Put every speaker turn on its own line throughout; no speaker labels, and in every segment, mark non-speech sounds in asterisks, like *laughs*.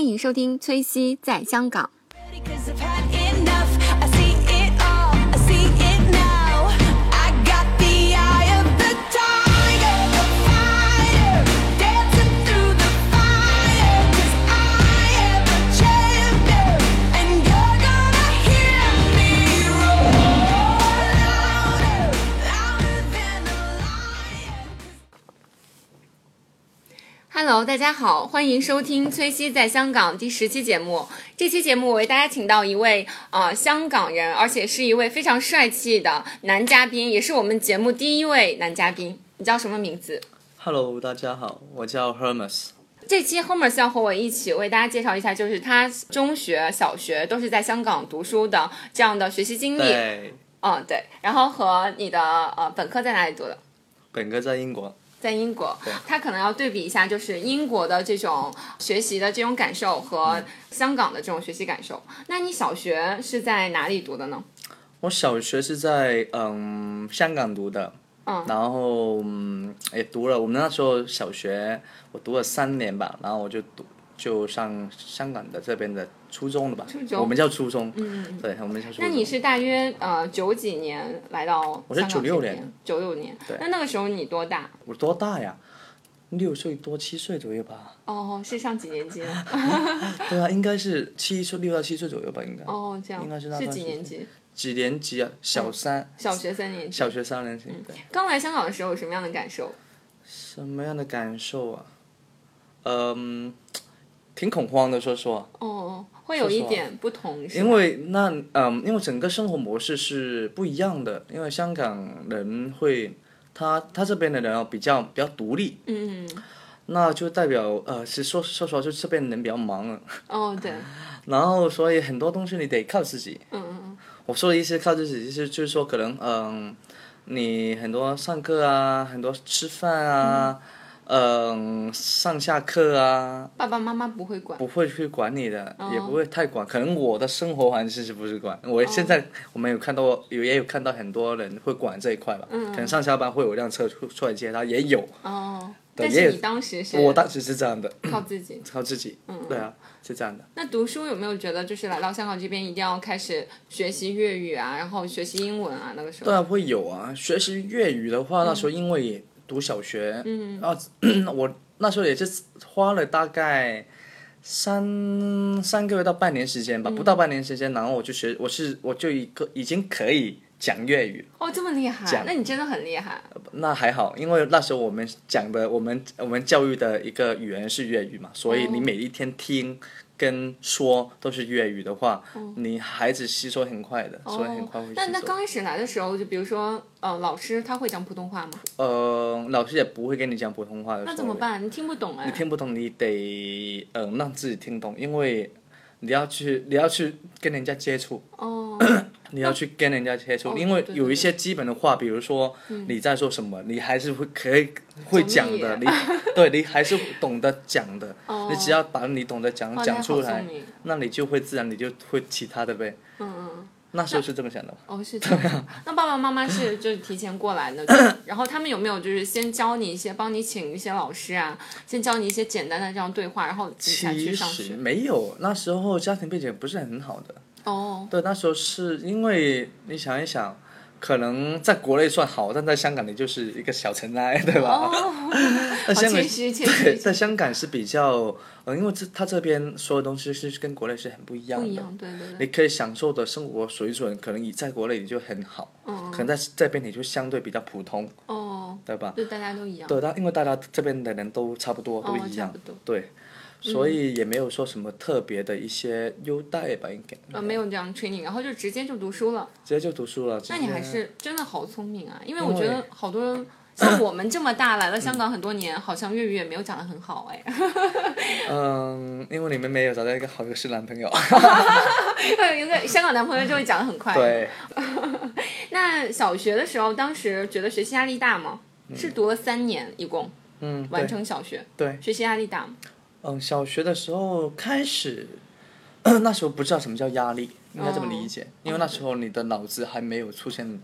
迎收听崔西在香港。
Cause I've had enough. I see it all. I see it now. I got the eye of the tiger, the fire, dancing through the fire. 'Cause I am the champion, and you're gonna hear me roar louder, louder than a lion.
Hello，大家好，欢迎收听《崔西在香港》第十期节目。这期节目为大家请到一位呃香港人，而且是一位非常帅气的男嘉宾，也是我们节目第一位男嘉宾。你叫什么名字？
Hello，大家好，我叫 Hermes。
这期 Homer 要和我一起为大家介绍一下，就是他中学、小学都是在香港读书的这样的学习经历。
对，
嗯，对。然后和你的呃本科在哪里读的？
本科在英国。
在英国
对，
他可能要对比一下，就是英国的这种学习的这种感受和
嗯
香港的这种学习感受。那你小学是在哪里读的呢？
我小学是在嗯香港读的，
嗯
然后嗯也读了。我们那时候小学我读了三年吧，然后我就读就上香港的这边的初中了吧，
初中
我们叫初中，嗯，对，我们叫初中。
那你是大约呃九几年来到
是
香港这
96
边
年？
九六年。
对
那那个时候你多大？
我多大呀？六岁多七岁左右吧，
哦，是上几年级了？
对啊，应该是七岁六到七岁左右吧，应该。
哦，这样
应该是那段
几
时
年
间
级？
几年级啊？小三，
小学三年级。
小学三年级，对。
刚来香港的时候有什么样的感受？
什么样的感受啊？嗯，挺恐慌的，说实话，
哦，会有一
说实话
点不同，是
因
吗
为那嗯，因为整个生活模式是不一样的，因为香港人会，他他这边的人啊比较比较独立，
嗯，
那就代表呃，其实说说实话，就这边人比较忙啊，
哦，对，
然后所以很多东西你得靠自己。
嗯嗯
我说的意思靠自己，就是就是说可能嗯，你很多上课啊，很多吃饭啊，嗯，上下课啊
嗯，，爸爸妈妈不会管。
不会去管你的，
哦
也不会太管。可能我的生活环境是不是管？我现
哦
在我们有看到，有也有看到很多人会管这一块吧。可能上下班会有辆车出出来接他，也有。
嗯哦，
对
但
也
是
有
你当时是
我当时是这样的，
靠自己。
*clears throat* 靠自己。对啊，是这样的。
那读书有没有觉得就是来到香港这边一定要开始学习粤语啊，然后学习英文啊？那个时候，
对啊，会有啊。学习粤语的话，那
嗯
时候因为也读小学，嗯，然后 *clears throat* 我那时候也是花了大概三三个月到半年时间吧，
嗯
不到半年时间，然后我就学，我是我就一个已经可以讲粤语了。
哦，这么厉害，
讲呃
那你真的很厉害。啊
那还好，因为那时候我们讲的，我们我们教育的一个语言是粤语嘛，所以你每一天听跟说都是粤语的话，你孩子吸收很快的，所以很
嗯哦
快会，
那
吸
那
收。
刚开始来的时候，就比如说，呃，老师他会讲普通话吗？
呃，老师也不会跟你讲普通话的，
那怎么？办？你听不懂哎
你。听不懂，你得嗯、呃让自己听懂，因为你要去你要去跟人家接触， *laughs*
哦，
你要去跟人家接触，
哦
因为
对对嗯
有一
对
些基本的话，比如说你在说什么，你还是会可以会讲的，
懂
你对你还是懂得讲的。
*laughs* 哦
你只要把你懂得讲
哇
讲出
那好
来
聪明，
那你就会自然你就会其他的呗。
嗯嗯，
那时候是这么想的吧，
哦是这样。
啊
那爸爸妈妈是就是提前过来的，
*laughs*
然后他们有没有就是先教你一些，帮你请一些老师啊，先教你一些简单的这样对话，然后你才去
其
上
实
学？
没有，那时候家庭背景不是很好的。
哦，
对，那时候是因为你想一想，可能在国内算好，但在香港你就是一个小尘埃，对吧？
哦
*laughs* 在
好
香港
谦虚，谦 *laughs*
对，
虚。
在香港是比较，呃，因为这他这边所有东西是跟国内是很不一样
不
的，
一样，对对
你
对，
可以享受的生活水准，可能你在国内你就很好，可能在这边你就相对比较普通，
嗯哦，
对吧？
对，大家都一样，
对，但因为大家这边的人都差不多，都一
嗯哦差
样，
不多嗯
对，所以也没有说什么特别的一些优待吧，应该。
呃，没有这样 training，然后就直接就读书了。
直接就读书了。
那
直接
你还是真的好聪明啊，因为我
因
觉
为
得好多人像我们这么大来了香港很多年，好像粤语也没有讲得很好哎， *laughs*
嗯，因为你们没有找到一个好的是男
*laughs*
朋友，
有个香港男朋友就会讲得很快。，
对，
那小学的时候，当时觉得学习压力大吗？是读了三年，一共
嗯，
完
对
成小学，
对。
学习压力大吗？
嗯，小学的时候开始，那时候不知道什么叫压力，应该这么理解，
哦
因为那时候你的脑子还没有出现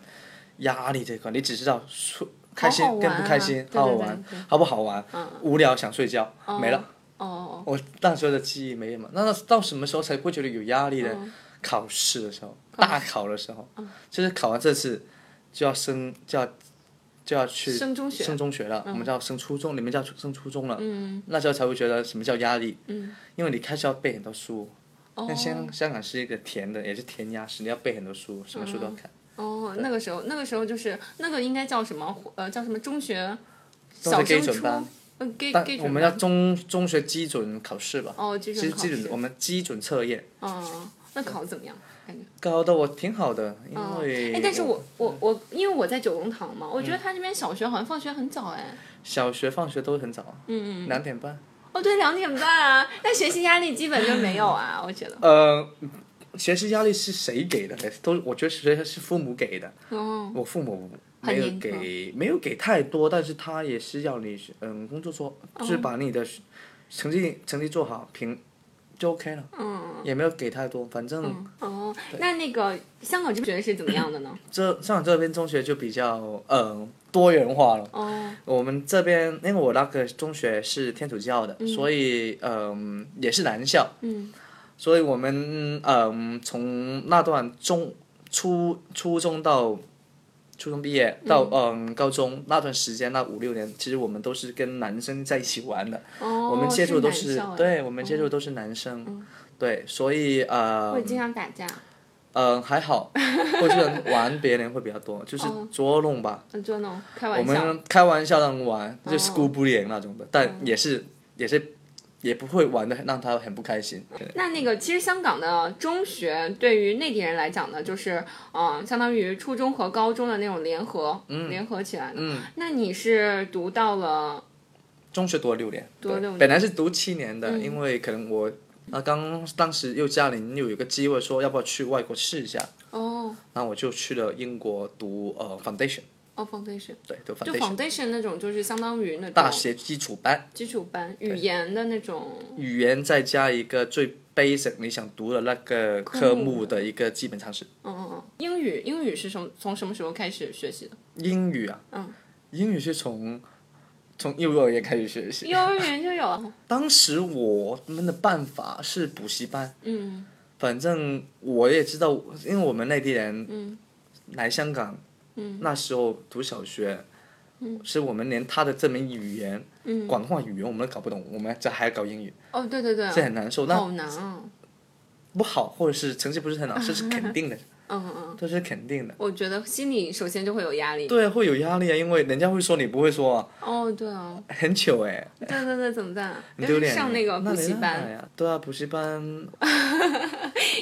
压力这一块，你只知道出开心
好好玩
跟不开
啊
心，
对
好好
对对嗯
玩
对，
好不好玩，无聊想睡觉，没了。
哦，
我那时候的记忆没有嘛，那那到什么时候才不会觉得有压力呢？
嗯
考试的时候，大考的时候，就是考完这次就要升就要就要去
升中学嗯
升中学了，我们叫升初中，你们叫升初中了，那时候才会觉得什么叫压力，
嗯
因为你开始要背很多书。
哦
但香香港是一个甜的，也是填鸭式，你要背很多书，什么书都要看。
哦，那个时候，那个时候就是那个应该叫什么？呃，叫什么中学
是
小升
gay
初
准班？
呃，gay
但
gay
我
准
们要
班。
中中学基准考试吧，
哦，基
其实
准考
基
试
准。我们基准测验
哦，那考得怎么样？感觉？
搞得我挺好的，因
哦
为
哎，但是我我我，因为我在九龙塘嘛，
嗯
我觉得他那边小学好像放学很早哎。
小学放学都很早，嗯嗯，两点半。
哦，对，两点半啊，那学习压力基本就没有啊，我觉得。
呃，学习压力是谁给的？都我觉得学习是父母给的。
哦，
我父母没有
很严格
给，没有给太多，但是他也是要你嗯工作做，就是把你的学成绩成绩做好，平就 OK 了，
嗯，
也没有给太多。反正
哦，那那个香港中学是怎么样的呢？
这上海这边中学就比较呃多元化了。
哦，
我们这边，因为我那个中学是天主教的，所以嗯、也是男校，
嗯，
所以我们嗯从那段中初初中到初中毕业到嗯、高中那段时间那五六年，其实我们都是跟男生在一起玩的，
哦，
我们接触都是
男校哎，
对，我们接触都是男生，对，所以呃
会经常打架，
嗯、还好，或者玩别人会比较多，就是
哦
捉弄吧。
嗯捉弄，开
我
玩笑。
们开玩笑让玩，
哦
就是 school bullying 那种的，但也是也是也不会玩的让他很不开心。对
那那个，其实香港的中学对于内地人来讲呢，就是嗯、呃相当于初中和高中的那种联合，联合起来的。
嗯，
那你是读到了
中学读了六年，
读了六年嗯
对本来是读七年的，因为可能我啊刚当时又家里又有个机会说要不要去外国试一下，
哦
那我就去了英国读呃 foundation，
哦 foundation，
对，读
就
foundation
foundation 那种，就是相当于那种
大学基础班，
基础班语言的那种。嗯
语言再加一个最 basic 你想读的那个科目的一个基本常识。
嗯嗯嗯，英语英语是什么？从什么时候开始学习的？
英语啊，
嗯
英语是从从幼儿园开始学习。
幼儿园就有
*laughs*
啊。
当时我们的办法是补习班，
嗯
反正我也知道，因为我们内地人
嗯
来香港，
嗯
那时候读小学，是我们连他的这门语言，
嗯。
广东话语言我们都搞不懂，我们这还要搞英语，
哦，对对对，
这很难受。那
好难啊。
不好，或者是成绩不是很
*laughs*
好，这是肯定的，
嗯嗯嗯，
这是肯定的。
我觉得心里首先就会有压力。
对，会有压力啊，因为人家会说你不会说啊，
哦，对啊，
很糗哎、
对对对，怎么办啊？
很
就
丢
是
脸。
上那个补习
没办法
班，
呀，对啊，补习班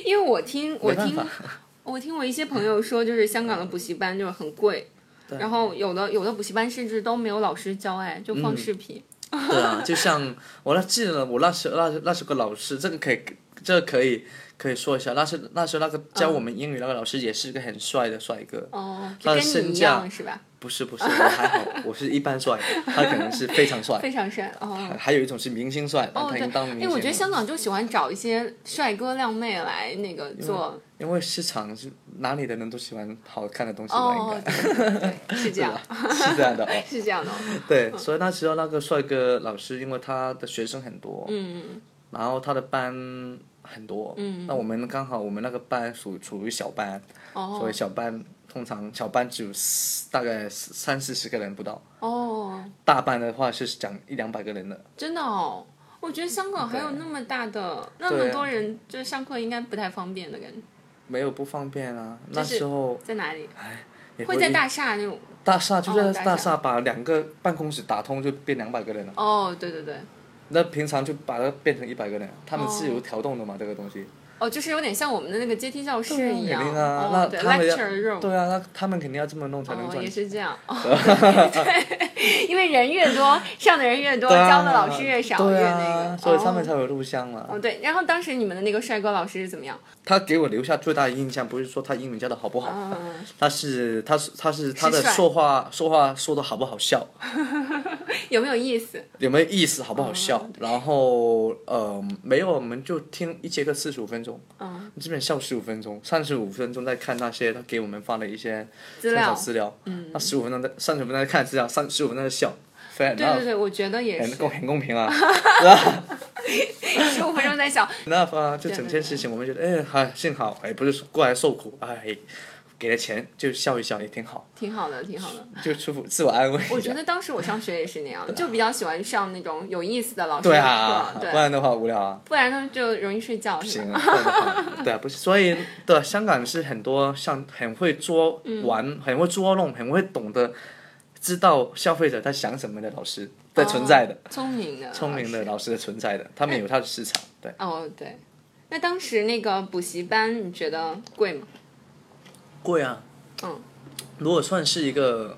因为我听我
没办
听
法。
我听我一些朋友说，就是香港的补习班就是很贵，然后有的有的补习班甚至都没有老师教，哎，就
嗯
放视频。
*laughs* 对啊，就像我那记得我那时候那那时候个老师，这个可以，这个可以可以说一下。那是那时候那个教我们英语那个老师也是个很帅的帅哥，
哦，就
那
跟
身
你一
价
样是吧？
不是不是，我还好，
*laughs*
我是一般帅，他可能是非常帅。
非常帅哦。
还有一种是明星帅，
哦，
他已
对
经当，明
因为
星
我觉得
了。
香港就喜欢找一些帅哥靓妹来那个做，
因为市场是哪里的人都喜欢好看的东西吧，
哦
应，该 *laughs*
对对对，是这样，
是这样的哦。
是这样的哦，
*laughs* 对，所以那时候那个帅哥老师，因为他的学生很多，
嗯
然后他的班很多，
嗯
那我们刚好我们那个班属属于小班，所
哦
以小班通常小班只有四大概四三四十个人不到，
哦，
大班的话是讲一两百个人的。
真的哦。我觉得香港还有那么大的那么
对啊
多人，就是上课应该不太方便的感觉。
没有不方便啊，那
是
时候哎
在哪里？
也
会在大厦那种？
大厦就
哦大
在
厦
大厦把两个办公室打通就变两百个人了，
哦，对对对，
那平常就把它变成一百个人，他们
哦
自由调动的嘛，这个东西。
哦，就是有点像我们的那个阶梯教室
对啊
一样。
肯定啊，
哦
那、
对
他们要
，lecture room。
对啊，那他们肯定要这么弄才能
哦，
赚
也
钱。
是这
*laughs*
样。哦，对，因为人越多，上的人越多，
对啊
教的老师越少，
对
越
啊
那，个。
所以他们
哦
才有录像嘛。
哦，对，然后当时你们的那个帅哥老师是怎么样？
他给我留下最大的印象，不是说他英语教的好不好，
嗯，
他是他是他是他的
是帅
说话说话说的好不好笑，
有没有意思？
有没有意思，好不
嗯
好笑。然后呃，没有，我们就听一节课四十五分钟，
嗯，
基本笑十五分钟，三十五分钟在看那些他给我们发的一些
资
参考
料。
资料，嗯，那十五分钟在三十分钟在看资料，三十五分钟在笑，对
对对对，我觉得也
哎
*laughs*
很
是。
公很公平啊，
十五分钟在想，
那啊，就整件事情，我们觉得，哎，还幸好，哎，不是过来受苦，哎，给了钱就笑一笑也挺好，
挺好的，挺好的。
就舒服，自我安慰一下。
我觉得当时我上学也是那
*laughs*
样，就比较喜欢上那种有意思的老师
对
的
啊，
课，
不
对，
然的话无聊啊。
不然他们就容易睡觉，是吧？
行啊，不然的话 *laughs* 对啊，不是，所以对香港是很多像很会捉玩、
嗯
很会捉弄、很会懂得知道消费者在想什么的老师的存在的，
哦聪明的，
聪明的
老师。
老师的存在的，他们有他的市场。对，
哦，对。那当时那个补习班，你觉得贵吗？
贵啊，
嗯，
如果算是一个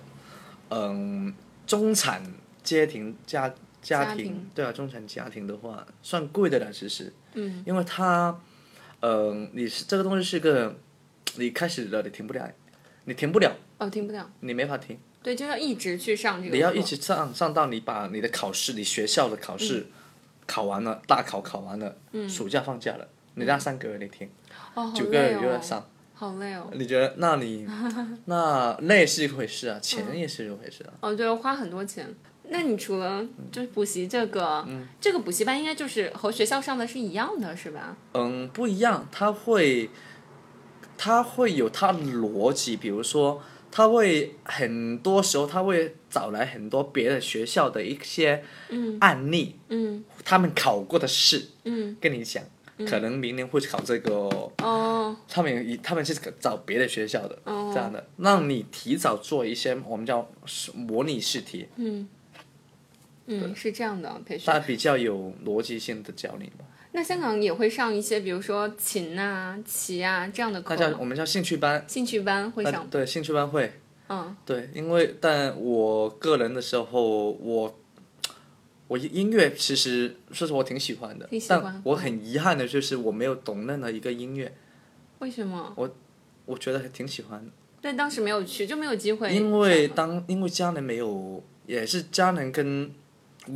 嗯中产家庭家家
家
庭
庭
对啊中产家庭的话，算贵的了其实，
嗯，
因为它嗯你是这个东西是个你开始了你停不了，你停不了，
哦，停不了。
你没法停，
对，就要一直去上这个。
你要一。直上上到你把你的考试，你学校的考试、
嗯
考完了，大考考完了，暑假放假了，你那三个月你停，
哦，嗯好
九个
累
月你就
哦
要。上。
好累哦。
你觉得？
*laughs*
那你那累是一回事啊，钱也是一回事啊。
哦，对，花很多钱。那你除了
嗯
就是补习这个，这个补习班应该就是和学校上的是一样的，是吧？
嗯，不一样，它会，它会有它的逻辑，比如说，它会很多时候，它会找来很多别的学校的一些案例，
嗯
他们考过的试，
嗯。
跟你讲，可能明年会考这个哦，
哦，
他们有他们是找别的学校的、
哦
这样的，让你提早做一些我们叫模拟试题，
嗯。嗯，是这样的培训
它。比较有逻辑性的教你吧。
那香港也会上一些，比如说琴啊、棋啊这样的
那
课
叫
吗，
我们叫兴趣班，
兴趣班会
那
上。
对兴趣班会。
嗯
对，因为但我个人的时候，我我音音乐其实说实话我挺喜欢的
挺，喜欢嗯
但我很遗憾的就是我没有懂任何一个音乐，
为什么？
我觉得还挺喜欢的，
但当时没有去，就没有机会上了。
因为当因为家人没有，也是家人跟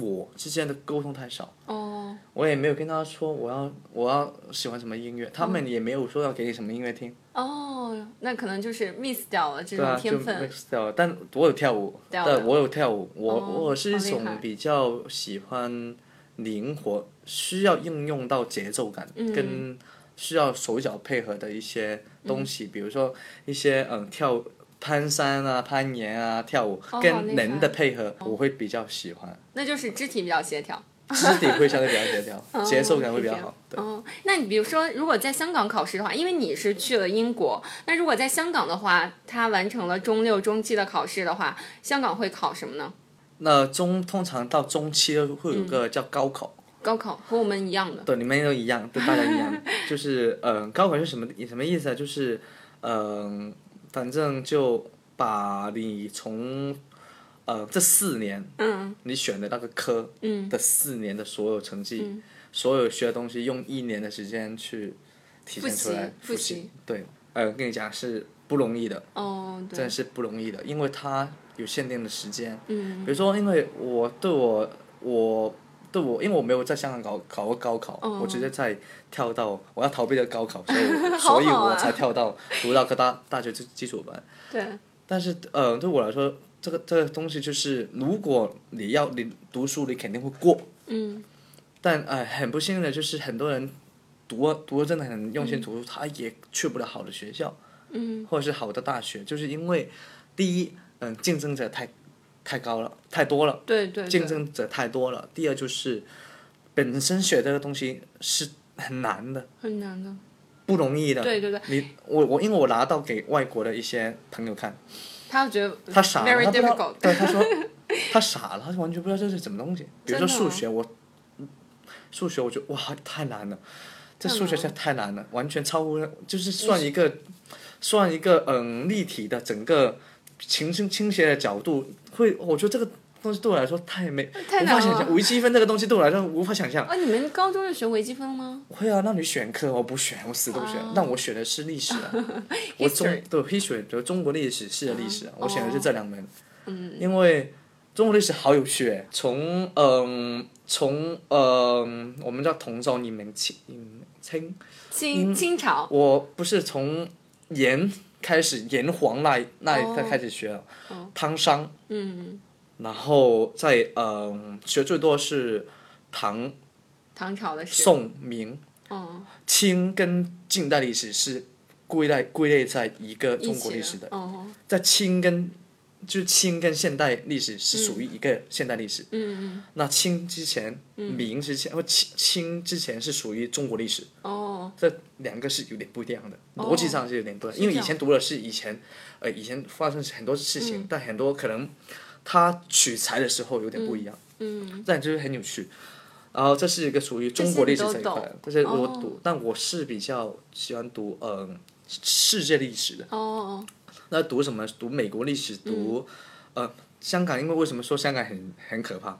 我之间的沟通太少，
哦，
我也没有跟他说我要我要喜欢什么音乐，他
嗯
们也没有说要给你什么音乐听，
哦，那可能就是 miss 掉了这
对啊，
种
就
天分。
mix 掉了。但我有跳舞，
对啊
对，我有跳舞，我、
哦
我是一
好厉害
种比较喜欢灵活，需要应用到节奏感、
嗯
跟需要手脚配合的一些东
嗯
西，比如说一些嗯跳攀山啊、攀岩啊、跳舞、
哦好厉
跟
害哦
人的配合，我会比较喜欢，
那就是肢体比较协调，
肢体会相对比较协调，节奏感会比较好。对，
哦，那你比如说，如果在香港考试的话，因为你是去了英国，那如果在香港的话，他完成了中六、中七的考试的话，香港会考什么呢？
那中通常到中期会
嗯
有个叫高考。
高考和我们一样的。
对，你们都一样，对大家一样，就是嗯、呃高考是什么什么意思啊？就是嗯、呃反正就把你从呃这四年
嗯
你选的那个科
嗯
的四年的所有成绩，所有学的东西，用一年的时间去体现出来
复习复习
对，呃，跟你讲是不容易的，
哦，
真
对
的，是不容易的，因为它有限定的时间。
嗯
比如说，因为我对我我对我，因为我没有在香港搞搞过高考，
哦
我直接在跳到我要逃避的高
*laughs*
考，所以
好好啊
我所以我才跳到读到个大大学基基础班。
对，
但是呃，对我来说，这个这个东西就是，如果你要你读书，你肯定会过，
嗯
但呃，很不幸的就是很多人读了读了真的很用心读书，他也去不了好的学校。
嗯
或者是好的大学，就是因为第一，嗯，竞争者太太高了，太多了，
对对，对
竞争者太多了。第二就是本身学这个东西是很难的，
很难的。
不容易的。
对对对，
你我我因为我拿到给外国的一些朋友看，
他觉得
他傻了，
，very
他不知道
difficult，，
对他说他傻了，他完全不知道这是什么东西。比如
真
说
的啊
数学，我数学我觉得哇太难了，这数学实在太难了，完全超乎就是算一个算一个嗯立体的整个倾倾倾斜的角度，会我觉得这个东西对我来说太没
太
无法
难
想象，
了。
微积分这个东西对我来说无法想象。
啊，你们高中就学微积分吗？
会啊，那你选课我不选，我死都不选。
哦
但我选的是历史
*laughs*
啊，我中
History
对 history 就是中国历史系的历史啊，
哦
我选的是这两门。
嗯
因为中国历史好有趣诶，从嗯从嗯我们叫同宗你明清嗯清，
清
嗯
清朝。
我不是从炎开始炎黄那一那一代
哦
开始学，啊
哦
汤商，
嗯
然后再嗯学最多是唐
唐朝的是，
宋明
嗯，
清跟近代历史是归类归类在一个
一
中
起
国历史的，
哦，
在清跟就是清跟现代历史是属于一个现代历史。
嗯
那清之前、明之前或清清之前是属于中国历史，
嗯，哦，
这两个是有点不一样的，
哦
逻辑上是有点不一样，因
这
为以
样
前读的是以前，呃，以前发生很多事情，
嗯
但很多可能他取材的时候有点不一样，
嗯，
但就是很有趣。然后这是一个属于中国历史这
这
一
些你都
块
懂，
这是我
哦
读，但我是比较喜欢读嗯、呃世界历史的。
哦，
那读什么？读美国历史，
嗯
读、呃香港，因为为什么说香港很很可怕？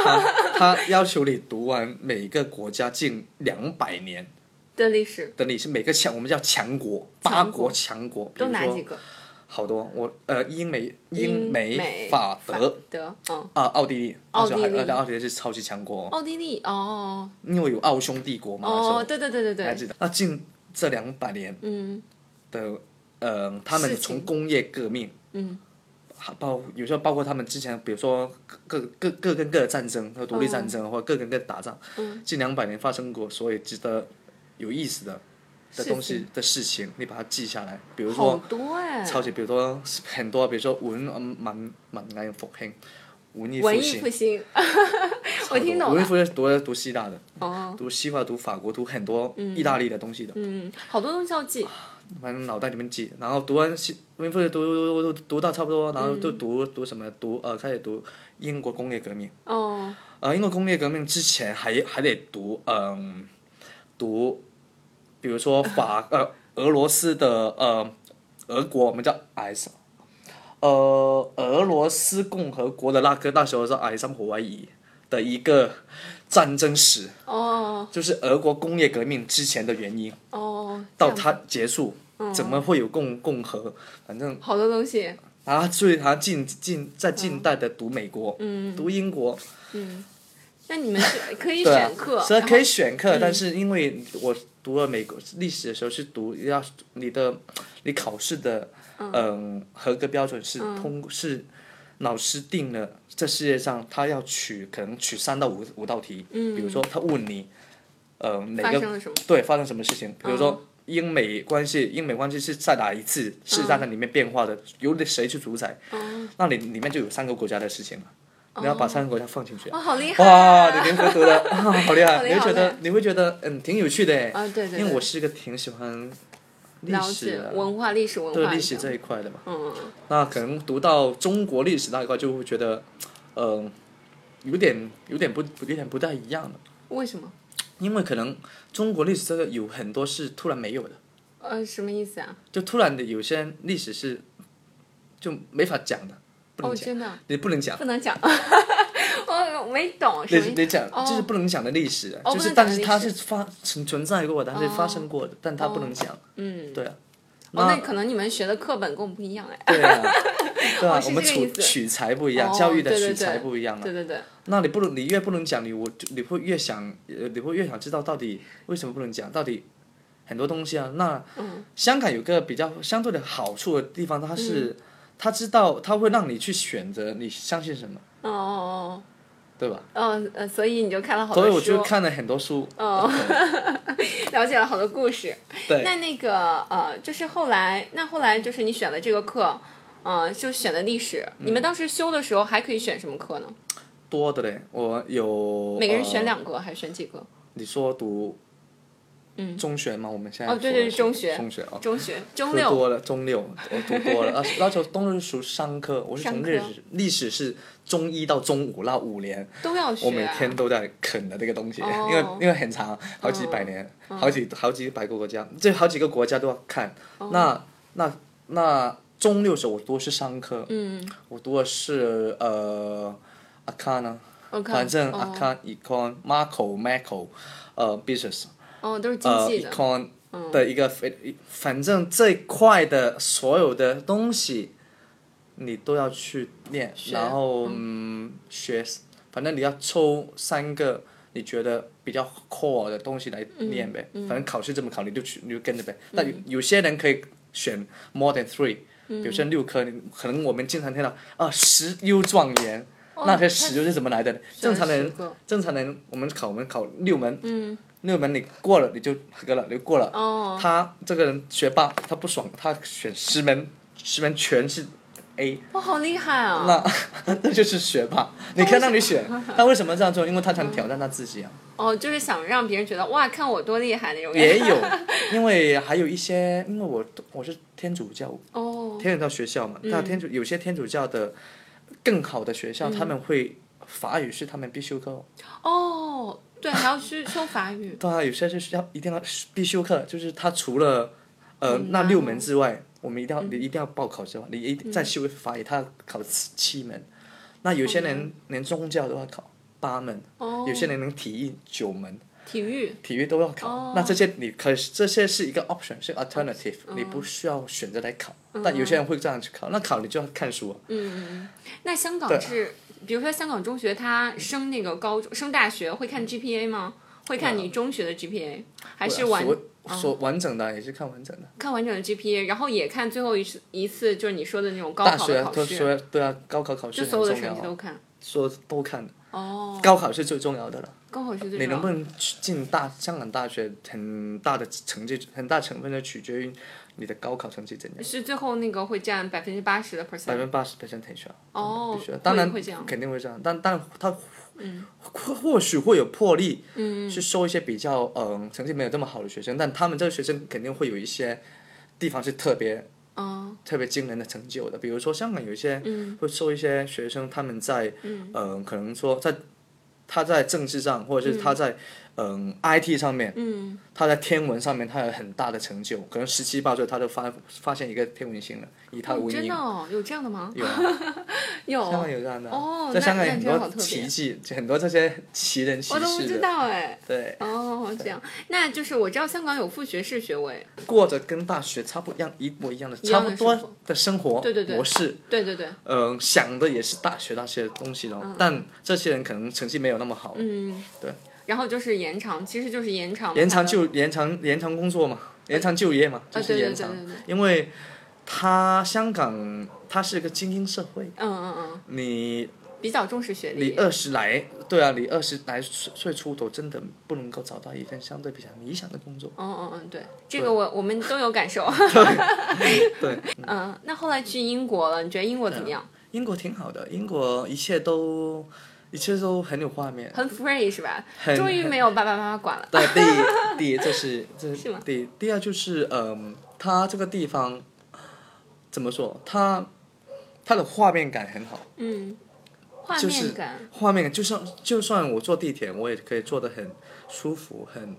他他要求你读完每个国家近两百年
的历史
的历史，每个强我们叫强国，
强
八
国
国强国，比
都
如
哪几
说
个？
好多我呃英美英
美、
法德
德，嗯，
啊、奥地利，
奥地利
那时候还呃奥地利是超级强国，
奥地利，哦，
因为有奥匈帝国嘛，那时候
哦，对对对对
还
对，
记得？那近这两百年
嗯
的，呃，他们
事情
从工业革命。
嗯，
还包有时候包括他们之前，比如说各各各跟各的战争，和独立战
哦
争，或者各跟各的打仗，
嗯
近两百年发生过，所以值得有意思的的
事
东西
情
的事情，你把它记下来。比如
好
说，
多哎，
超级，比如说很多，比如说文嗯文文艺复兴、文艺
文
复
艺复
兴，
兴， *laughs* 我听懂
文艺
了，
复兴读读希腊的，
哦，
读西法、读法国、读很多意大利的东西的，
嗯，好多东西要记，
反正脑袋里面记，然后读完西文艺复兴读读读读到差不多，然后就读读什么读呃开始读英国工业革命。
哦，
呃，英国工业革命之前还还得读，嗯，读，比如说法呃俄罗斯的呃俄国，我们叫埃什，呃俄罗斯共和国的那个那时候是埃森霍维尔的一个战争史，
哦，
就是俄国工业革命之前的原因，
哦，
到
这样
它结束。
嗯
怎么会有共共和？反正
好多东西，
啊，所以他近近在近代的读美国，读英国，
那你们
*laughs*
是嗯可以
对啊
选课，
所
然
以
后嗯
可以选课，但是因为我读了美国历史的时候是读要你的你考试的嗯、合格标准是
嗯
通、是老师定了，这世界上他要取可能取三到五五道题，比如说他问你呃
嗯
哪
发
个
生了什么？
对发生什么事情，比如
嗯
说。英美关系，英美关系是在哪一次是在那里面变化
嗯
的？由谁去主宰？那里里面就有三个国家的事情了，
哦
你要把三个国家放进去。
哇，哦好厉害
哇，
啊！
你连读的、 *laughs* 啊好厉害！
好厉害
你会觉
好厉
得
害
你会觉得嗯挺有趣的哎，
啊，对对对，
因为我是一个挺喜欢历
了
史
解
的
文化、历史文化
对
的
历史这一块的嘛。
嗯，
那可能读到中国历史那一块就会觉得，嗯、有点有点不有点不太一样了，
为什么？
因为可能中国历史这个有很多是突然没有的，
呃，什么意思啊？ *laughs*
就突然的有些历史是就没法讲的，不能
哦，
讲，
真的
你不能讲
不。能讲， *laughs* 我没懂
你
什么意
你
思。
讲
哦
就是不能讲的历史，啊
哦
就
不
是
能讲
但
的
是
历
它
史哦
是发存存在过的，它是发生过的，但它不能讲。
嗯，
对啊，
哦，那可能你们学的课本跟我们不一样哎。
对啊，
*laughs*
对啊，
哦是
我们
这个意
取
思
取材不一样，
哦
教育的
对对
取
对
材不一样啊
对。对对，
那你不能，你越不能讲，你我就你会越想，呃，你会越想知道到底为什么不能讲，到底很多东西啊。那香港有个比较相对的好处的地方，它
嗯
是它知道，它会让你去选择你相信什么，
哦哦
对吧
哦？哦，呃，所以你就看了好多
所
书，
以我就看了很多书。
哦了解了好多故事。
*laughs* 对。
*laughs* 那那个呃，就是后来，那后来就是你选了这个课，嗯，就选的历史。
嗯
你们当时修的时候还可以选什么课呢？
多的嘞，我有
每个人选
呃
两个还是选几个？
你说读
嗯
中学吗？我们现在
哦对
说的
对
是
中学
中学哦，
中学中
读
六
多了，中六我读多 *laughs* 了。那啊时那时候都是读商科，我是从
商科
历史历史是中一到中五那五年，
都要学、啊。
我每天都在啃的这个东西，
哦嗯
因为因为很长，好几百年，好几好几百个国家，这好几个国家都要看。
哦
那那那中六时候我读的是商科，
嗯
我读的是呃 a c o n 呢。
，OK，
反正
哦
account、econ、macro、macro，呃，business，
哦都是经
呃
济的，嗯
，econ 的一个非、反正这一块的所有的东西，你都要去练，
学
然后嗯学，反正你要抽三个你觉得比较 core 的东西来练呗。
嗯
反正考试这么考，你就去你就跟着呗。那、有有些人可以选
嗯
more than three。比如说六科，你可能我们经常听到啊，十优状元，
哦
那这十就是怎么来的呢？正常的
十
人
个，
正常的人，我们考我们考六门，
嗯，
六门你过了你就合格了，你就过了。
哦
他这个人学霸，他不爽，他选十门，十门全是 A，
哇，好厉害啊！
那那就是学霸。你可以让你选， *laughs* 他为什么这样做？因为他想挑战他自己啊。
哦，就是想让别人觉得哇，看我多厉害那种感觉。
*laughs* 也 *laughs* 有，因为还有一些，因为我我是天主教，
哦，
天主教学校嘛，那天主有些天主教的更好的学校，他们会法语是他们必修课哦，
哦，对，还要去修法语。
当然有些是要一定要必修课，就是他除了呃那
难
六
哦
门之外，我们一定要你一定要报考之外，你一再修法语，他要考七七门，那有些人连宗教都要考八门，
哦，
有些人连体育九门。
体育
体育都要考，
哦
那这些你可这些是一个 option，是 alternative，、你
嗯
不需要选择来考。但有些人会这样去考，那考你就要看书啊。
那香港
对
是，比如说香港中学，它升那个高中、升大学会
嗯
看 GPA 吗？会看你中学的 GPA，还是完
呃啊
哦
所所完整的也是看完整的。
看完整的 GPA，然后也看最后一次一次，就是你说的那种高
大
考
学
的
啊
考
都
试，
说对啊，高考考试
就
很
所有的
重
成
要
绩都
啊，
看。
说都看的，
哦，
高考是最重要的了。
高考是最
你
重要
能
的
不能去进大香港大学，很大的成绩，很大成分的取决于你的高考成绩怎样。
是最后那个会占百分之八十的
百
percent。
分之八十 percentage 啊，
哦
必须啊
会
当然
会这样嗯
肯定会这样，但但他或或许会有魄力，去收一些比较嗯、呃成绩没有这么好的学生，但他们这个学生肯定会有一些地方是特别
嗯，
特别惊人的成就的，比如说香港有一些会收一些学生，他们在嗯、呃可能说在他在政治上，或者是他在嗯、IT 上面，
嗯
他在天文上面他有很大的成就，可能十七八岁他就发发现一个天文星了，以他
哦
为
真
名
的。哦，有这样的吗？
有啊，
有，
香港有这样的啊，
哦
在
那
香港有
那
很
真好
多
特别
奇迹，就很多这些奇人奇
我都不
事
知
的，
道哎。
对，
哦，这样，那就是我知道香港有副学士学位，
过着跟大学差不一样一模一样的，
一样
差不
的生
多的生活
对对对
模式，
对对对，
嗯、想的也是大学那些东西咯，但这些人可能成绩没有那么好，
嗯，
对，
然后就是延长，其实就是延长，
延长就延长延长工作嘛，延长就业嘛，就是
啊对对
延长，
对对对
因为他香港它是一个精英社会，
嗯嗯
你
嗯，比较重视学
你
历，
二十来，对啊，你二十来岁岁出头，真的不能够找到一份相对比较理想的工作。
嗯嗯嗯，对，这个我我们都有感受， *laughs*
对，
嗯，那后来去英国了，你觉得英国怎么样？
英国挺好的，英国一切都一切都很有画面。 *laughs*
很 free 是吧？
很
终于没有爸爸妈妈管了，
对，第第一这是这
是吗
第一第二就是嗯，它这个地方怎么说？它它的画面感很好，
嗯，画
就是
面感，
画面感，就算就算我坐地铁，我也可以坐得很舒服，很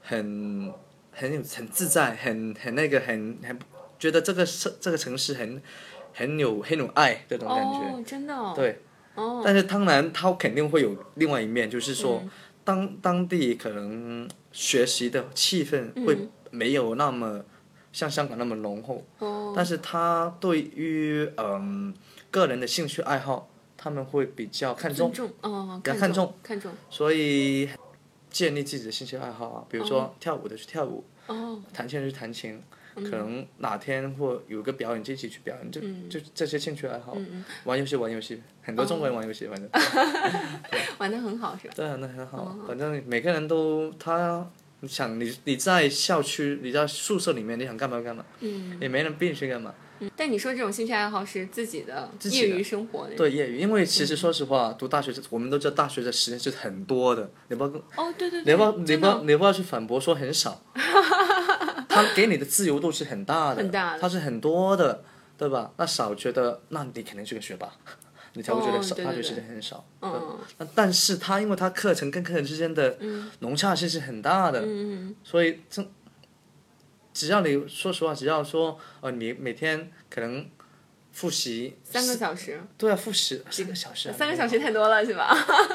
很很有很自在，很很那个很很觉得这个城这个城市很很有很有爱这种感觉。
哦，真的哦，
对，
哦
但是当然，它肯定会有另外一面，就是说，
嗯
当当地可能学习的气氛会没有那么、像香港那么浓厚，
哦，
但是他对于嗯个人的兴趣爱好，他们会比较看
尊
重，
重，哦，
比较
看
看
重，看重，
所以建立自己的兴趣爱好啊，比如说跳舞的去跳舞，
哦，嗯
弹琴的去弹琴。可能哪天或有个表演就一起去表演，就、
嗯
就这些兴趣爱好，玩游戏玩游戏，很多
哦
中国人玩游戏，反正。
玩的很好是吧？
对啊，那很好。反正每个人都他，你想你你在校区，你在宿舍里面，你想干嘛干嘛，
嗯，
也没人逼你去干嘛。
但你说这种兴趣爱好是自己的
嗯自己
业
的
余生活那种，
对业余，因为其实说实话，读大学我们都知道大学的时间是很多的，你不要跟
哦，对对
你
对，
不要你
真
不
的
要你不要去反驳说
*laughs*
很少，他给你的自由度是很大的，
很大的
它是很多的，对吧？那少觉得，那你肯定是个学霸， *laughs* 你才会觉
哦
得少，
对对
大学
对
时间很少。
嗯
那但是他因为他课程跟课程之间的融洽性是很大的，
嗯
所以这只要你说实话，只要说呃，你每天可能复习
三个小时，
对啊，复习三个小时、啊，
三个小时太多了是吧？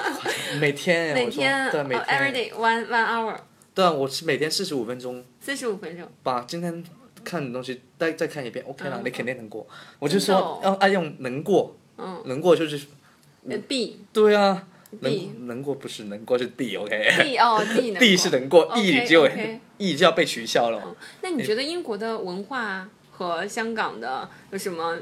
*laughs*
每天啊
每
我说
天
对每
哦，every
天
day one one hour，
对啊，我是每天四十五分钟
四十五分钟，
把今天看的东西再再看一遍，OK 了，
嗯
你肯定能过。我就
真的哦
说要爱用能过，
嗯
能过就是
呃，B
对啊，
B
能能过不是能过是 D，OK，D、
D
*laughs*
哦 D 呢
D 是能过
OK，
，E 你就
OK 嗯
E 就要被取消了。
那你觉得英国的文化和香港的有什么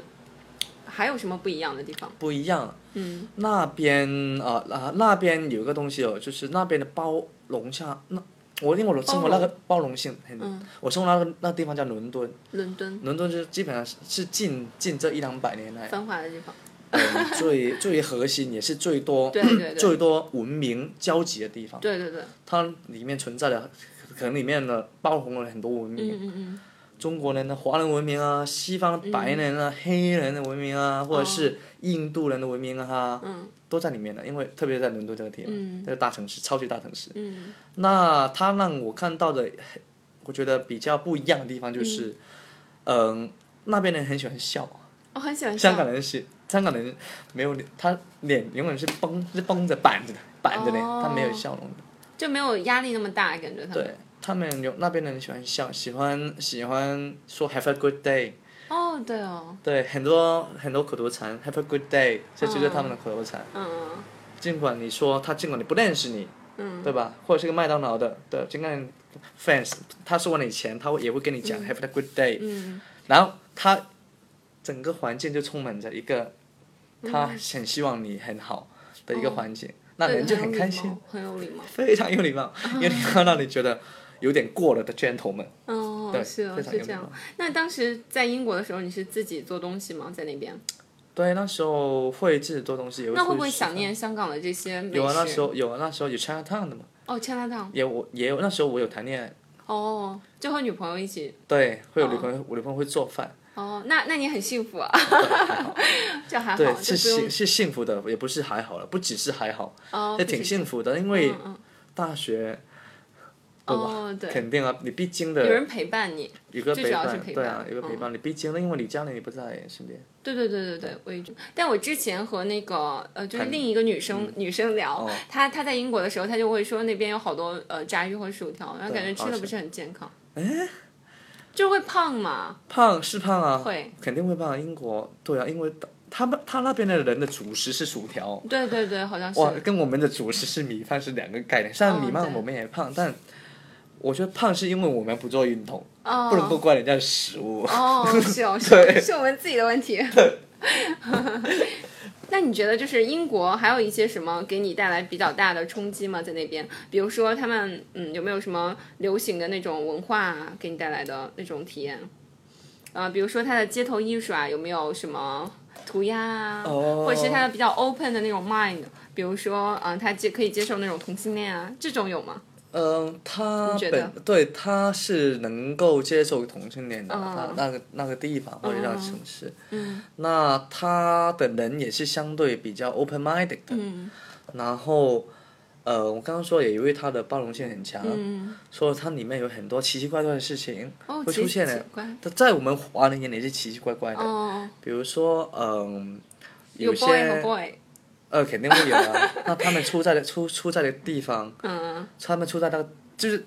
还有什么不一样的地方？
不一样。啊
嗯，
那边呃啊，那边有一个东西哦，就是那边的包容性，那我因为我生活那个包容性很，
嗯
我生活那个那地方叫伦敦，
伦敦
伦敦就是基本上是是近近这一两百年来
繁华的地方，
嗯最最核心也是最多
对对对
*clears throat* 最多文明交集的地方，
对对对，
它里面存在的可能里面的包容了很多文明，
嗯嗯嗯，
中国人的华人文明啊，西方的白人啊、黑人的文明啊，或者是印度人的文明啊，
哦嗯
都在里面的。因为特别在伦敦这个地方，
嗯
这个大城市，超级大城市。
嗯
那它让我看到的，我觉得比较不一样的地方就是，嗯、那边人很喜欢笑，
我很喜欢
香港
人
人是香港人没有脸，他脸永远是绷是绷着板着的，板着的，
哦
他没有笑容的。
就没有压力那么大，感觉他们
对他们有那边的人喜欢笑，喜欢喜欢说 Have a good day。
哦对哦，
对，很多很多口头禅，Have a good day，这就是他们的口头禅。
嗯
尽管你说他，尽管你不认识你，
嗯
对吧？或者是个麦当劳的，对，尽管 fans，他收完你钱，他会也会跟你讲、Have a good day，、
嗯
然后他整个环境就充满着一个，
嗯
他很希望你很好的一个环境，那
对
人就
很
很
有
开
礼
心
貌，哦很有礼貌，嗯
非常有礼貌，有礼貌让你觉得有点过了的 gentleman，
哦
对
是哦
非常
是
有
这
礼
样
貌。
那当时在英国的时候，你是自己做东西吗？在那边，
对，那时候会自己做东西，也会
那会
出
不会
去吃
想
饭
念香港的这些美食？
啊有啊，那时候有啊，那时候有 Chinatown 的嘛，
哦加拿大
也我也有那时候我有谈恋爱，
哦，就和女朋友一起
对，会有女朋友，我女朋友会做饭，
哦，那那你很幸福啊， *laughs* 就还好，
对，
就是不用
幸是幸福的，也不是还好了，不只是还好，
哦，
也
不仅
挺幸福的，因为
嗯嗯
大学，对
哦
吧？
对，
肯定啊，你必经
有
的
人陪伴你，
有个
最
陪
主要是
伴，
陪
对啊，
伴嗯
有个陪伴，你必经的，因为你家里你不在身边，
对对对对对，我也觉得但我之前和那个呃，就是另一个女生、女生聊
哦，
她她在英国的时候，她就会说那边有好多呃炸鱼和薯条，然后
对
感觉吃
好
的
吃
不是很健康，就会胖嘛，
胖是胖啊，
会，
肯定会胖啊，英国，对啊，因为他们他那边的人的主食是薯条，
对对对，好像是，
哇，跟我们的主食是米饭是两个概念。虽然
哦
米饭
对
我们也胖，但我觉得胖是因为我们不做运动，
哦
不能够怪人家的食物。啊
哦，是哦，是是我们自己的问题。 *laughs* 那你觉得就是英国还有一些什么给你带来比较大的冲击吗？在那边，比如说他们嗯有没有什么流行的那种文化啊给你带来的那种体验？呃，比如说它的街头艺术啊，有没有什么涂鸦啊，
哦
或者是它的比较 open 的那种 mind，比如说嗯、呃他接可以接受那种同性恋啊，这种有吗？
嗯、他
你觉
本
得
对他是能够接受同性恋的，
嗯
他那个那个地方或者那个城市，
嗯
那他的人也是相对比较 open minded 的。
嗯
然后，呃，我刚刚说也由于他的包容性很强，
嗯，
说它里面有很多奇奇怪怪的事情
哦，
会
奇
出现
奇
的。
怪
它在我们华人眼里是奇奇怪怪的，
哦，
比如说，嗯，
有 boy 和
些
boy，
呃，肯定会有啊。那他们出在的出出在的地方，
嗯。
他们出在那个就是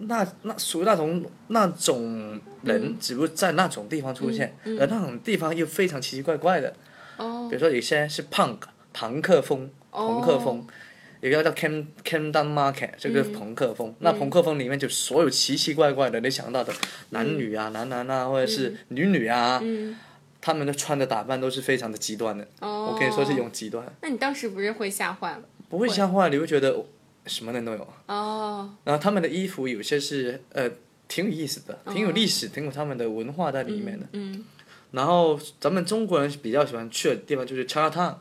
那那属于那种那种
嗯
人，只不过在那种地方出现，而那种地方又非常奇奇怪怪的。
哦
比如说，有些是 punk 朋克风，朋克风。有一个叫 Cam Camden Market，这
嗯
个朋克风。那朋克风里面就所有奇奇怪怪的，你想到的男女啊、男男啊，或者是女女啊，
嗯
他们的穿的打扮都是非常的极端的。
哦，
我跟你说是。用极端，
那你当时不是会吓坏了？
不会像话，你会觉得哦什么人都有。
哦，
然后他们的衣服有些是呃挺有意思的，挺有历史，挺有他们的文化在里面的。
哦嗯，
然后咱们中国人比较喜欢去的地方就是 Chinatown，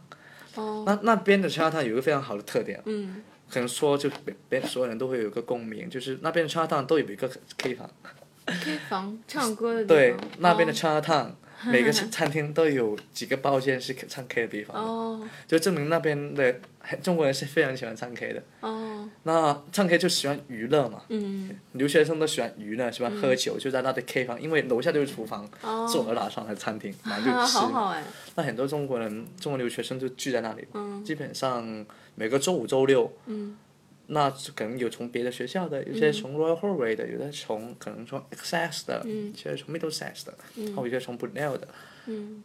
哦，
那那边的 Chinatown 有一个非常好的特点，
嗯，
可能说就别别所有人都会有一个共鸣，就是那边的 Chinatown 都有一个 K 房，
K 房唱歌的地
对
方，
那边的 Chinatown、每
哦
个餐厅都有几个包间是唱 K 的地方的。
哦
就证明那边的中国人是非常喜欢唱 K 的。
哦，
那唱 K 就喜欢娱乐嘛，
嗯，
留学生都喜欢娱乐，喜欢喝酒，就在那的 K 房，因为楼下就是厨房，
哦
坐而打上的餐厅，然后
啊，
就吃。
*laughs* 好好哎，
那很多中国人、中国留学生就聚在那里，
嗯
基本上每个周五、周六，
嗯
那可能有从别的学校的，有些从 Royal Holloway 的，有些从可能从 Essex 的，
嗯
有些从 Middlesex 的，还
嗯
有一些从 Brunel 的，
嗯，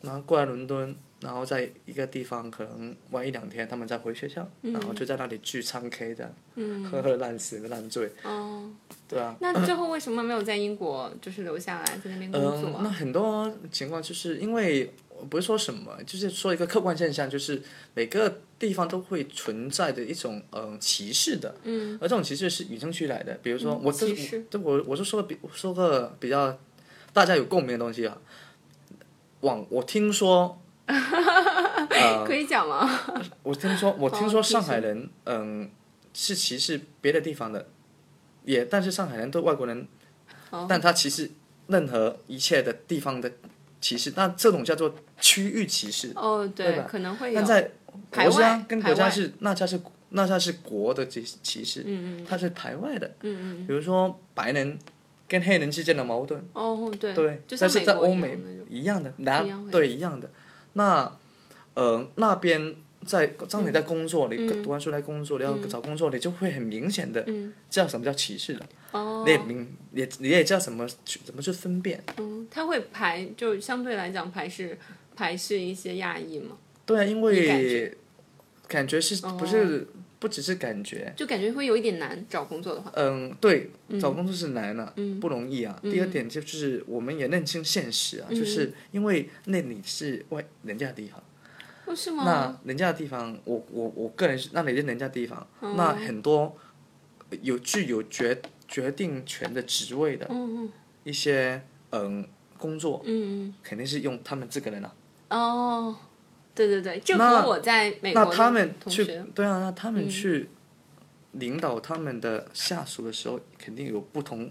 然后过来伦敦，然后在一个地方可能玩一两天，他们再回学校，然后就在那里聚唱 K 这样，
嗯
喝喝得烂死烂醉，
哦，
对啊。
那最后为什么没有在英国就是留下来，在那边工
嗯、
作
那
啊？
很多情况就是因为呃不是说什么，就是说一个客观现象，就是每个地方都会存在的一种嗯、呃歧视的，嗯，而这种歧视是与生俱来的。比如说，我这
嗯歧视
这我我就说个比说个比较大家有共鸣的东西啊，网我听说，
*laughs*
呃
可以讲吗？ *laughs*
我听说，我听
哦
说
其
上
实
海人，嗯，是歧视别的地方的，也，但是上海人对外国人，但他歧视任何一切的地方的歧视，那这种叫做区域歧视。
哦，
对吧
可能会有
但。在
排
国家
外
跟
排
国家
外嗯
是那家是那家是国的歧歧视，它是排外的。比如说白人跟黑人之间的矛盾，
哦，对
对，
就像
但是
美
在
国
欧
一
美
样那种
一样的，那
一样会
对一样的。那呃那边在当你
嗯
在工作，你读完书来工作，你要找工作，你就会很明显的知道什么叫歧视了，
嗯哦
你，也明也你也知道怎么去怎么去分辨。
嗯，他会排，就相对来讲排是排斥一些亚裔嘛，
对啊，因
你感
为
觉哦
感觉是不是不只是感觉，
就感觉会有一点难找工作的话，嗯
嗯，对，找工作是难啊，不容易啊。第二点就是我们也认清现实
嗯
啊，就是因为那里是外人家的地方，
哦，是吗？
那人家的地方，我我我个人是那里是人家地方，
嗯
那很多有具有决决定权的职位的
嗯
一些嗯工作，
嗯
肯定是用他们这个人啊。
嗯，哦，对对对，这
那
和我在美
那
国
他
的
们
同
去
学，嗯
对啊，那他们去领导他们的下属的时候，肯定有不同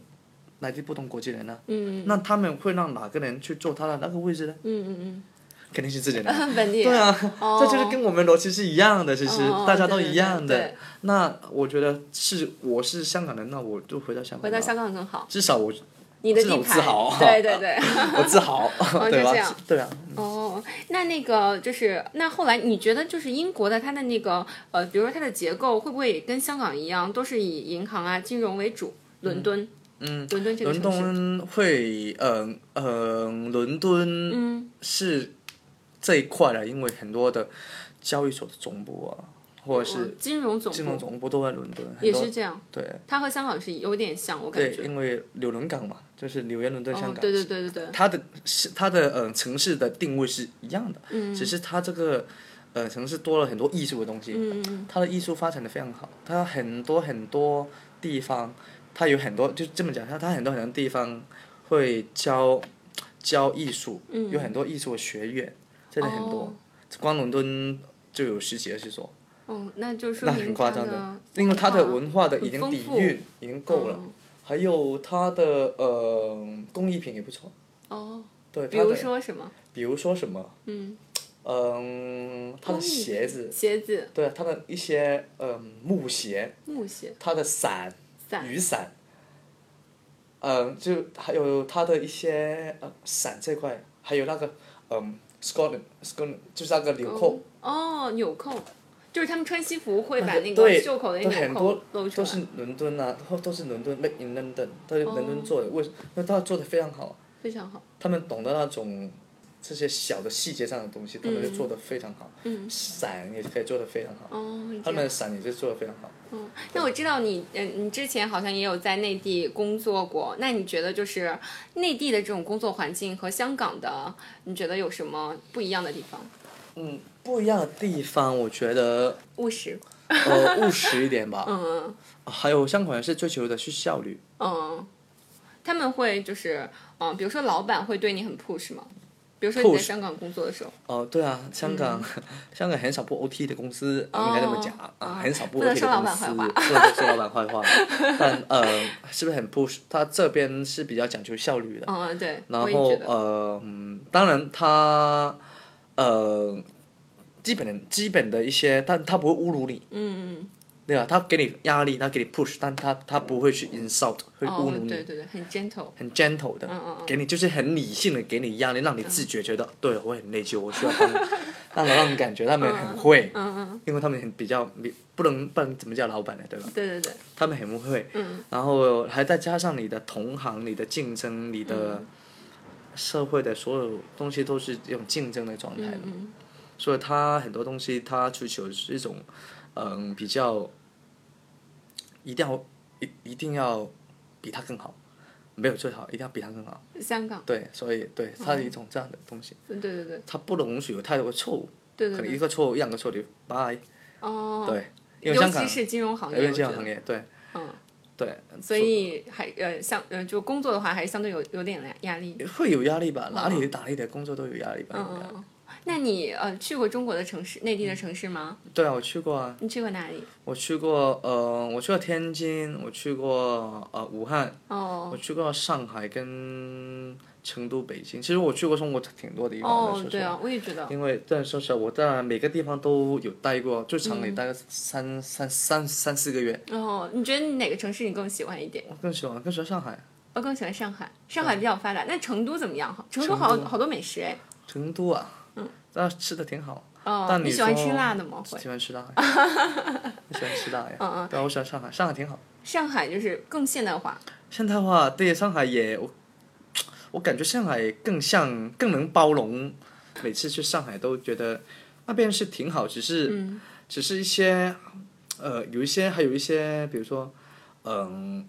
来自不同国籍人啊。
嗯
那他们会让哪个人去做他的那个位置呢？
嗯嗯
肯定是自己
*laughs*
人啊。
嗯，本地人，
对啊，
哦，
*laughs* 这就是跟我们逻辑是一样的，其实、
哦
大家都
对对
一样的。
对对
那我觉得是我是香港人，那我就回到香港吧，
回到香港更好，
至少我 *laughs*
你的
这
地
种
盘，
自豪 *laughs*
对对对，
我自豪，对 *laughs*
就这样
吧？对啊，
哦，那那个就是那后来你觉得就是英国的它的那个呃，比如说它的结构会不会也跟香港一样，都是以银行啊、金融为主？伦敦，
嗯，
伦敦这个
伦
城市，
敦会，嗯、呃、嗯、伦敦
嗯，
是这一块的，因为很多的交易所的总部啊，或者
哦
是
金融总
金融
部
总部都在伦敦，很
也
多
是这样，
对
它和香港是有点像，我感
对，
觉。
因为纽伦港嘛，就是纽约、伦敦、香
哦
港，，
对对对对对，
它的是它的呃城市的定位是一样的，
嗯
只是它这个呃城市多了很多艺术的东西，
嗯
它的艺术发展的非常好，它很多很多地方，它有很多就这么讲，它它很多很多地方会教教艺术，有很多艺术的学院，真的很多，
嗯哦
光伦敦就有十几二十所，
哦，那就说
那
明
很夸
它
张
的，
因为它的
文
文化的已
啊很
经
丰
底
富
蕴已经够了，
嗯
还有它的呃工艺品也不错。
哦，
对，
比
它
如
的
说什么
比如说什么？嗯，他的鞋子，
哦鞋子、
对，他的一些嗯木鞋，
木鞋、
他的伞，
伞，
雨伞，嗯，就还有他的一些呃伞这块，还有那个嗯 Scotland Scotland 就是那个纽扣，
哦，纽扣，就是他们穿西服会把那个
对，
袖口的
都
纽
很
扣
多
露出
都
来。
是伦敦啊，都都是伦敦 Make in London，都是伦敦
哦
做的，为什因为他做的非常好，
非常好，
他们懂得那种这些小的细节上的东西，他们就做的非常好。嗯，伞也可以做的非常好，
哦，这
他
样
们的伞也是做的非常好。
嗯，那我知道你，嗯，你之前好像也有在内地工作过，那你觉得就是内地的这种工作环境和香港的，你觉得有什么不一样的地方？
嗯，不一样的地方，我觉得
务实， *laughs*
呃务实一点吧。
嗯
还有香港人是追求的是效率，
嗯，他们会就是，嗯，比如说老板会对你很 push 吗？比如说你在
Push
香港工作的时候，
哦、对啊，香港、 *laughs* 香港很少不 OT 的公司，应该这么讲
嗯哦
啊，很少不
不能
OT
说
的
老
公
板
司，
坏
不
话
能说老板坏话。但呃，是不是很 push？他这边是比较讲究效率的。
嗯，对，
然
我也
后
觉得，
呃，嗯当然他呃，基本的基本的一些，但他不会侮辱你，
嗯嗯，
对啊吧？他给你压力，他给你 push，但他他不会去 insult，会侮
哦
辱，你，
对对对，很 gentle，
很 gentle 的，
嗯嗯
给你就是很理性的给你压力，让你自觉觉得，对我很内疚，我需要帮你，
*laughs*
让让你感觉他们很会，
嗯嗯，
因为他们很比较不能不能怎么叫老板呢，对吧？
对对对，
他们很会，
嗯
然后还再加上你的同行、你的竞争、你的
嗯
社会的所有东西都是这种竞争的状态嘛，
嗯
所以他很多东西他追求是一种，嗯，比较一定要一一定要比他更好，没有最好，一定要比他更好。
香港，
对，所以对
哦
它是一种这样的东西，
对对对
它不容许有太多的错误，
对
可
对
能一
对，
个错误一两个错误就拜。
哦，
对，因为
尤
香港
其是金融行
因
业，
为
我
这
觉
样
得
行业，对
嗯，
对，
所以还呃像呃就工作的话，还是相对有有点压压力。
会有压力吧？哪里哪里的工作都有压力吧？
嗯
应该
嗯嗯。那你呃去过中国的城市，内地的城市吗？
对啊，我去过啊，
你去过哪里？
我去过呃，我去过天津，我去过呃武汉，我
哦
去过上海跟成都、北京。其实我去过中国挺多地方
哦
的，说，实
对
话
啊，我也觉得。
因为但说实话，我在每个地方都有待过，最长
嗯
也待个三、三三三四个月。
哦，你觉得你哪个城市你更喜欢一点？
我更喜欢更喜欢上海，
我更喜欢上海，上海比较发达。那成都怎么样？成都
成
好
都
好多美食哎。
成都啊，嗯，那吃的挺好。
哦，
但
你喜
说
欢吃辣的吗？会。
喜欢吃辣
*laughs*
呀，我喜欢吃辣呀。
嗯嗯
对啊，我喜欢上海，上海挺好。
上海就是更现代化。
现代化对上海也，我我感觉上海更像更能包容。每次去上海都觉得那边是挺好，只是、
嗯
只是一些呃，有一些还有一些，比如说嗯、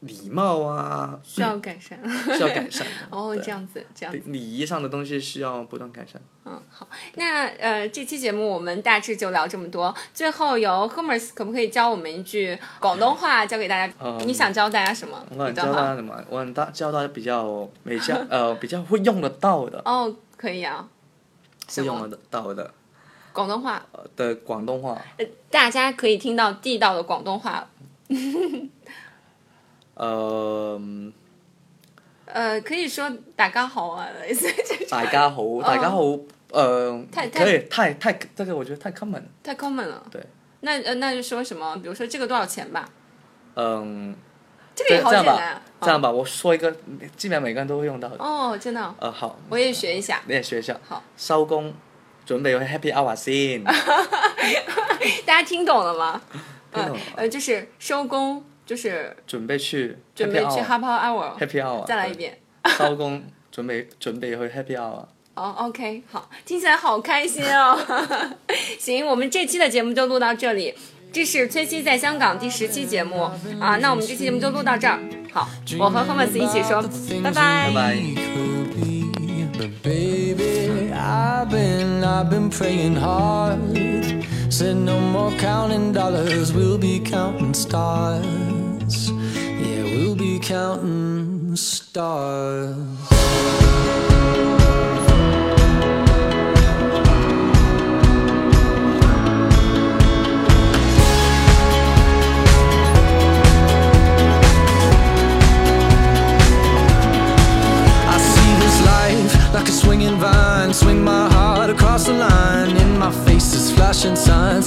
礼貌啊
需要改善。。
是要改善的
哦，
对
这样子， *laughs* 这样子。
对礼仪上的东西需要不断改善。
嗯，好，那呃，这期节目我们大致就聊这么多。最后由 Hermes 可不可以教我们一句广东话，教给大家？
嗯
你想教大家什么
我
比
很教
较
大
好
家？什么？我很大教大家比较比较
*laughs*
呃比较会用得到的，
哦，可以啊，
会
么
用得到的
广东话，
呃的广东话。
呃大家可以听到地道的广东话，
呃，嗯
呃，可以说大家好啊，类似这种
大家好，大家好，呃，
哦太太
可以太太这个我觉得太 common 了。
太 common 了。
对，
那呃，那就说什么？比如说这个多少钱吧？
嗯，
这个
这
也好
这
简
样
单
吧
啊。，
这样吧，我说一个，基本上每个人都会用到的。
哦，真的啊，
呃，好，
我也学一下。 *laughs*
你也学一下。
好，
收工，準備去 happy hour 先。
*laughs* 大家听懂了吗？
聽
嗯
懂了，
呃，就是收工，就是
準備去
准备
happy
去 Happy
hour。
Hour。
happy hour。
再来一。遍。
收工，準備準備去 happy hour。
哦、o k 好，听起来好开心哦。 *laughs* 行，我们这期的节目就录到这里，这是崔西在香港第十期节目啊，那我们这期节目就录到这儿。好，我和 h o m a s 一起说，拜拜。
拜拜。
could be. But baby, I've been, I've been praying hard. Said no more counting dollars, we'll be counting stars. Yeah, we'll be counting stars. I see this life like a swinging vine. Swing my heart across the line. In my face is flashing signs.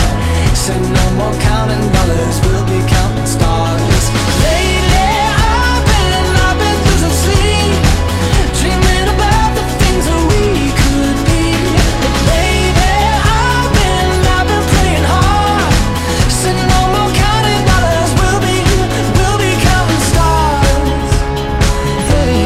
Say no more counting dollars, we'll be counting stars. Lately, I've been, I've been losing sleep, dreaming about the things that we could be. Lately, I've been, I've been praying hard. Say no more counting dollars, we'll be, we'll be counting stars. Hey.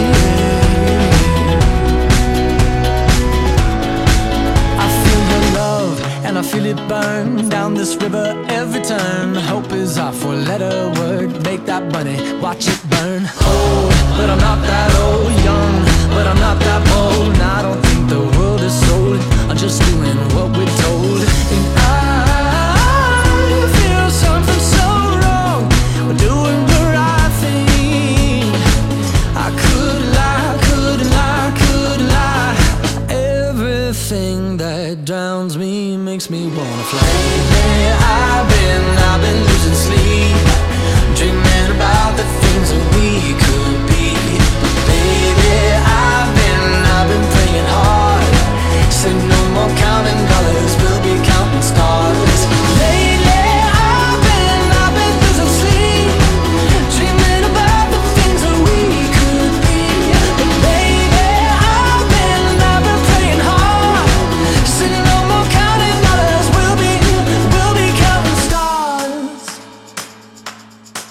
I feel your love and I feel it burn down this river every turn. Hope is our four letter word. Make that bunny, watch it burn. Old, but I'm not that old. Young, but I'm not that bold. And I don't think the world is sold. I'm just doing what we're told. And I feel something so wrong. We're doing the right thing. I could lie, could lie, could lie. Everything that drowns me makes me wanna fly. Lately, I've been, I've been losing sleep, dreaming about the things that we could be. baby. I've been, I've been praying hard. Said no more counting dollars, we'll be counting stars. Lately, I've been, I've been losing sleep, dreaming about the things that we could be. But baby, I've been, I've been praying hard. Said no more counting dollars, we'll be, we'll be counting stars.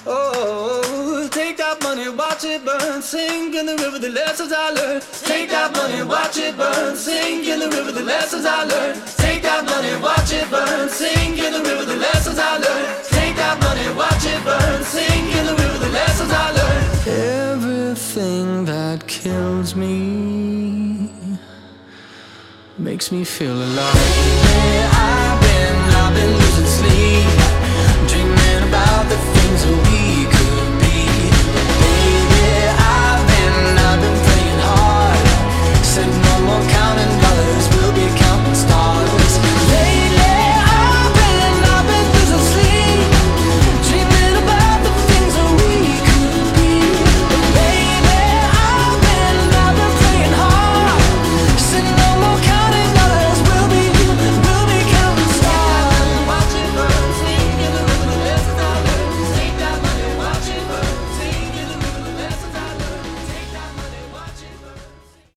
Oh, take that money, watch it burn. Sink in the river, the lessons I learned. Take that money, watch it burn. Sink in the river, the lessons I learned. Take that money, watch it burn. Sink in the river, the lessons I learned. Take that money, watch it burn. Sink in the river, the lessons I learned. Everything that kills me makes me feel alive.